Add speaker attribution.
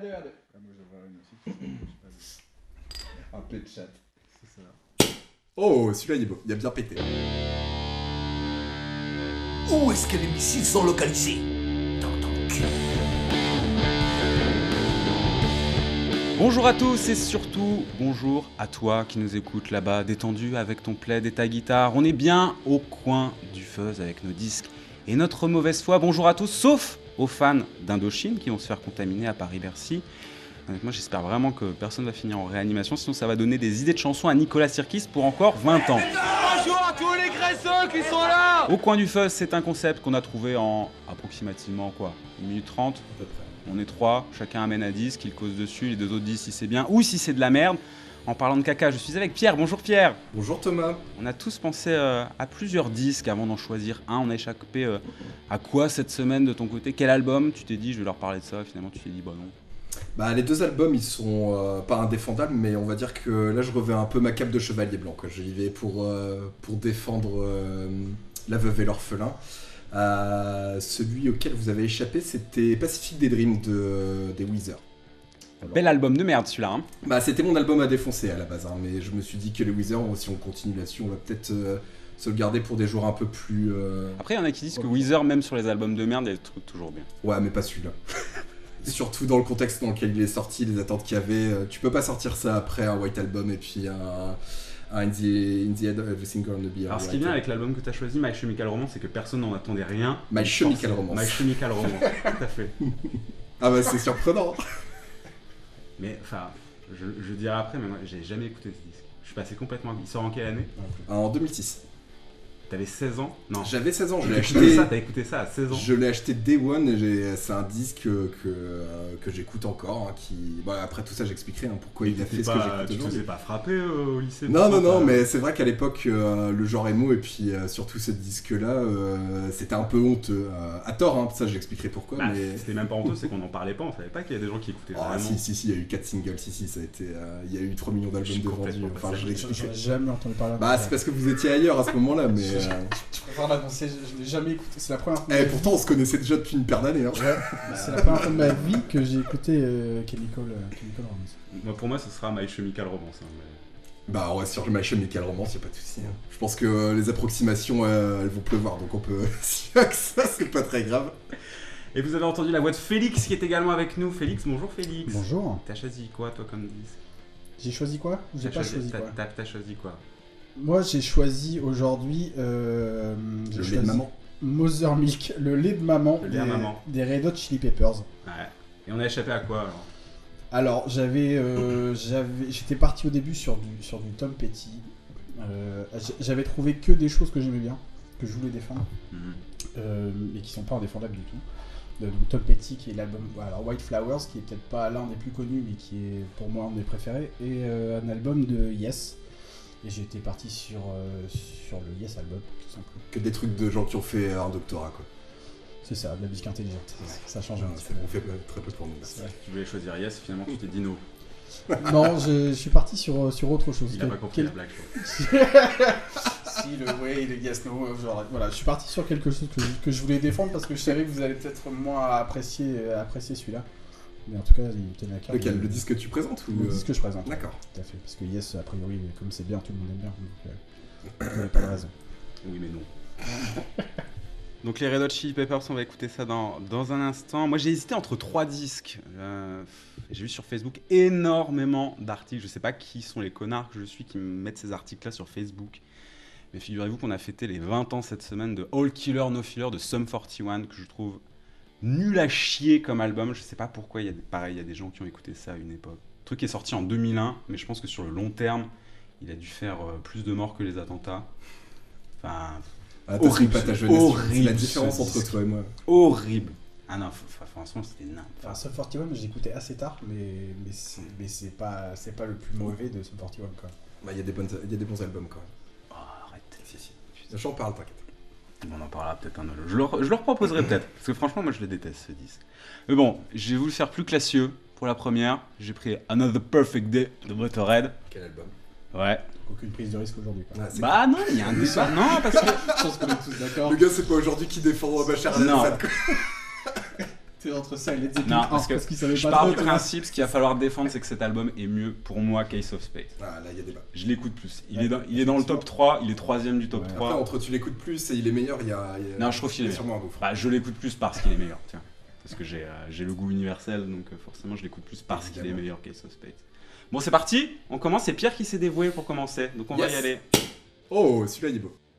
Speaker 1: merde
Speaker 2: Ah, moi j'en vois une aussi. parce que j'ai pas de- Un pet de chat. C'est ça.
Speaker 3: Oh, celui-là, il est beau. Il a bien pété.
Speaker 4: Où est-ce que les missiles sont localisés Dans ton cul.
Speaker 5: Bonjour à tous et surtout bonjour à toi qui nous écoutes là-bas, détendu avec ton plaid et ta guitare. On est bien au coin du fuzz avec nos disques et notre mauvaise foi. Bonjour à tous, sauf aux fans d'Indochine qui vont se faire contaminer à Paris-Bercy. Honnêtement, j'espère vraiment que personne va finir en réanimation, sinon ça va donner des idées de chansons à Nicolas Sirkis pour encore 20 ans.
Speaker 6: Bonjour à tous les graisseux qui sont là
Speaker 5: Au coin du fuzz, c'est un concept qu'on a trouvé en approximativement quoi 1 minute 30 à peu près. On est trois, chacun amène un disque, il cause dessus, les deux autres disent si c'est bien ou si c'est de la merde. En parlant de caca, je suis avec Pierre, bonjour Pierre
Speaker 3: Bonjour Thomas.
Speaker 5: On a tous pensé euh, à plusieurs disques avant d'en choisir un, on a échappé euh, à quoi cette semaine de ton côté Quel album Tu t'es dit je vais leur parler de ça, finalement tu t'es dit bah non.
Speaker 3: Bah, les deux albums, ils sont euh, pas indéfendables, mais on va dire que là, je revais un peu ma cape de chevalier blanc. Quoi. Je y vais pour, euh, pour défendre euh, la veuve et l'orphelin. Euh, celui auquel vous avez échappé, c'était Pacific des Dreams de, des Weezer. Alors,
Speaker 5: Bel album de merde celui-là hein.
Speaker 3: Bah, c'était mon album à défoncer à la base, hein, mais je me suis dit que les Weezer, si on continue là-dessus, on va peut-être euh, se le garder pour des jours un peu plus. euh,
Speaker 5: Après il y en a qui disent que Weezer même sur les albums de merde il y a des trucs toujours bien.
Speaker 3: Ouais, mais pas celui-là. Surtout dans le contexte dans lequel il est sorti, les attentes qu'il y avait. euh, Tu peux pas sortir ça après un White Album et puis un, un in, the, in the Head of Everything Gonna Be
Speaker 5: Alors ce qui est
Speaker 3: Alright.
Speaker 5: bien avec l'album que tu as choisi, My Chemical Romance, c'est que personne n'en attendait rien.
Speaker 3: My Chemical Romance.
Speaker 5: My Chemical Romance, tout à fait.
Speaker 3: Ah bah c'est surprenant
Speaker 5: Mais enfin, je, je dirai après, mais moi j'ai jamais écouté ce disque. Je suis passé complètement. Il sort en quelle année
Speaker 3: En 2006.
Speaker 5: T'avais 16 ans Non.
Speaker 3: J'avais 16 ans, je l'ai
Speaker 5: T'as
Speaker 3: acheté.
Speaker 5: écouté ça, t'as écouté ça à 16 ans.
Speaker 3: Je l'ai acheté Day One, et j'ai- c'est un disque euh, que, euh, que j'écoute encore. hein, qui... bon, après tout ça, j'expliquerai hein, pourquoi il a
Speaker 5: T'étais
Speaker 3: fait ce que
Speaker 5: pas-
Speaker 3: j'écoute
Speaker 5: tu te
Speaker 3: aujourd'hui.
Speaker 5: faisais pas frapper euh, au lycée
Speaker 3: Non,
Speaker 5: pourtant,
Speaker 3: non, non,
Speaker 5: t'as-
Speaker 3: mais c'est vrai qu'à l'époque, euh, le genre emo et puis euh, surtout ce disque-là, euh, c'était un peu honteux. euh, à tort, hein, ça je l'expliquerai pourquoi,
Speaker 5: Bah,
Speaker 3: mais.
Speaker 5: C'était même pas honteux, c'est qu'on en parlait pas, on savait pas qu'il y a des gens qui écoutaient
Speaker 3: Ah,
Speaker 5: vraiment.
Speaker 3: si, si, si, il y a eu 4 singles, si, si, ça a été. euh, Il y a eu 3 millions
Speaker 5: Je
Speaker 3: d'albums
Speaker 5: suis
Speaker 3: de vendus,
Speaker 5: complètement
Speaker 3: enfin
Speaker 5: passé
Speaker 3: je
Speaker 5: à
Speaker 1: J'en
Speaker 3: l'expliquerai.
Speaker 1: ai jamais entendu parler.
Speaker 3: Bah, c'est parce que vous étiez ailleurs à ce moment-là, mais. euh,
Speaker 1: Je préfère l'annoncer, je, je l'ai jamais écouté. C'est la première fois.
Speaker 3: eh, pourtant, on se connaissait déjà depuis une paire d'années, hein.
Speaker 1: Bah, C'est la première fois de ma vie que j'ai écouté euh, Chemical, euh, Chemical Romance.
Speaker 5: Moi, pour moi, ce sera My Chemical Romance. hein, mais-
Speaker 3: Bah, on va sur ma chemical romance, y'a pas de soucis. hein. Je pense que euh, les approximations, euh, elles vont pleuvoir, donc on peut. Si que ça, c'est pas très grave.
Speaker 5: Et vous avez entendu la voix de Félix qui est également avec nous. Félix, bonjour Félix.
Speaker 1: Bonjour.
Speaker 5: T'as choisi quoi toi comme disque
Speaker 1: J'ai choisi quoi Ou J'ai
Speaker 5: T'as
Speaker 1: pas choisi
Speaker 5: t'as-
Speaker 1: quoi
Speaker 5: t'as- T'as choisi quoi
Speaker 1: Moi, j'ai choisi aujourd'hui. euh,
Speaker 3: Le
Speaker 1: j'ai
Speaker 3: lait de
Speaker 1: choisi
Speaker 3: maman.
Speaker 1: Mother Milk, le lait de maman,
Speaker 5: Le lait
Speaker 1: des,
Speaker 5: à maman.
Speaker 1: des Red Hot Chili Peppers.
Speaker 5: Ouais. Et on a échappé à quoi alors
Speaker 1: Alors, j'avais, euh, j'avais, j'étais parti au début sur du, sur du Tom Petty. Euh, j'- j'avais trouvé que des choses que j'aimais bien, que je voulais défendre,
Speaker 5: Mhm.
Speaker 1: euh, mais qui sont pas indéfendables du tout. Euh, Donc Tom Petty, qui est l'album, alors White Flowers, qui est peut-être pas l'un des plus connus, mais qui est pour moi un des préférés, et euh, un album de Yes. Et j'étais parti sur, euh, sur le Yes album, tout simplement.
Speaker 3: Que des trucs de gens qui ont fait euh, un doctorat, quoi.
Speaker 1: C'est ça, de la musique intelligente. Ça change un
Speaker 3: Genre,
Speaker 1: petit
Speaker 3: c'est-
Speaker 1: peu.
Speaker 3: on fait très peu pour nous. merci.
Speaker 5: Tu voulais choisir Yes, finalement tu t'es dit non.
Speaker 1: Non, je, je suis parti sur, euh, sur autre chose.
Speaker 5: Il a
Speaker 1: Quel-
Speaker 5: pas compris
Speaker 1: quel-
Speaker 5: la blague. je crois.
Speaker 1: si le way, le yes, no, euh, genre voilà, je suis parti sur quelque chose que, que je voulais défendre parce que je savais que vous allez peut-être moins apprécier, euh, apprécier celui-là. Mais en tout cas, il me tenait à cœur.
Speaker 3: Lequel
Speaker 1: de-
Speaker 3: Le disque que tu présentes ou
Speaker 1: le
Speaker 3: euh,
Speaker 1: disque que je présente.
Speaker 3: D'accord.
Speaker 1: Tout à fait. Parce que yes, a priori, comme c'est bien, tout le monde aime bien. Donc, euh, vous n'avez pas de raison.
Speaker 5: Oui, mais non. Donc les Red Hot Chili Peppers, on va écouter ça dans, dans un instant. Moi j'ai hésité entre trois disques. Euh, j'ai vu sur Facebook énormément d'articles. Je sais pas qui sont les connards que je suis qui me mettent ces articles-là sur Facebook. Mais figurez-vous qu'on a fêté les 20 ans cette semaine de All Killer No Filler de Sum 41 que je trouve nul à chier comme album. Je sais pas pourquoi. Il y a des, pareil, il y a des gens qui ont écouté ça à une époque. Le truc est sorti en 2001, mais je pense que sur le long terme, il a dû faire euh, plus de morts que les attentats. Enfin,
Speaker 3: Ah, t'assumes
Speaker 5: Horrible,
Speaker 3: pas ta
Speaker 5: ce-
Speaker 3: jeunesse. C'est la
Speaker 5: horrible,
Speaker 3: différence
Speaker 5: ce
Speaker 3: entre
Speaker 5: disque.
Speaker 3: toi et moi.
Speaker 5: horrible. Ah non, f- f- franchement, c'était n'importe
Speaker 1: Enfin, Sum 41, je l'écoutais assez tard, mais, mais c'est mais c'est pas, c'est pas le plus mauvais de Sum 41. Quoi.
Speaker 3: Bah, il y, a des bonnes- il y a des bons albums quand même.
Speaker 5: Oh, arrête. Putain.
Speaker 3: J'en parle, t'inquiète.
Speaker 5: On en parlera peut-être un autre. Je leur, je leur proposerai peut-être, parce que franchement, moi, je les déteste, ce disque. Mais bon, je vais vous le faire plus classieux pour la première. J'ai pris Another Perfect Day de Motorhead.
Speaker 3: Quel album
Speaker 5: Ouais.
Speaker 1: Aucune prise de risque aujourd'hui. Quoi.
Speaker 3: ah, c'est-
Speaker 5: Bah non, il y a un débat. Non, parce que
Speaker 1: Je pense qu'on est tous d'accord.
Speaker 3: Le gars, c'est pas aujourd'hui qui défend Bachar
Speaker 5: Non.
Speaker 3: al-Assad. quoi.
Speaker 1: T'es entre ça et les
Speaker 5: Non, parce que
Speaker 1: qu'ils savaient
Speaker 5: Je
Speaker 1: pas
Speaker 5: pars
Speaker 1: trop.
Speaker 5: du
Speaker 1: tu vois.
Speaker 5: principe, ce qu'il va falloir défendre, c'est que cet album est mieux pour moi qu'Ace of Spades.
Speaker 3: Ah, là, il y a débat.
Speaker 5: Je l'écoute plus. Il,
Speaker 1: Ouais,
Speaker 5: est, dans, il est dans le top 3, il est troisième du top
Speaker 1: Ouais.
Speaker 5: 3.
Speaker 3: Après, entre tu l'écoutes plus et il est meilleur, il y a. il y a-
Speaker 5: Non, je trouve qu'il
Speaker 3: il y
Speaker 5: est
Speaker 3: a sûrement un gouffre.
Speaker 5: Bah, je l'écoute plus parce qu'il est meilleur, tiens. Parce que j'ai euh, j'ai le goût universel, donc euh, forcément je l'écoute plus parce qu'il est
Speaker 3: Évidemment.
Speaker 5: meilleur qu'Ace of Spades. Bon, c'est parti On commence, c'est Pierre qui s'est dévoué pour commencer, donc on
Speaker 3: Yes.
Speaker 5: va y aller.
Speaker 3: Oh, celui-là, il est beau.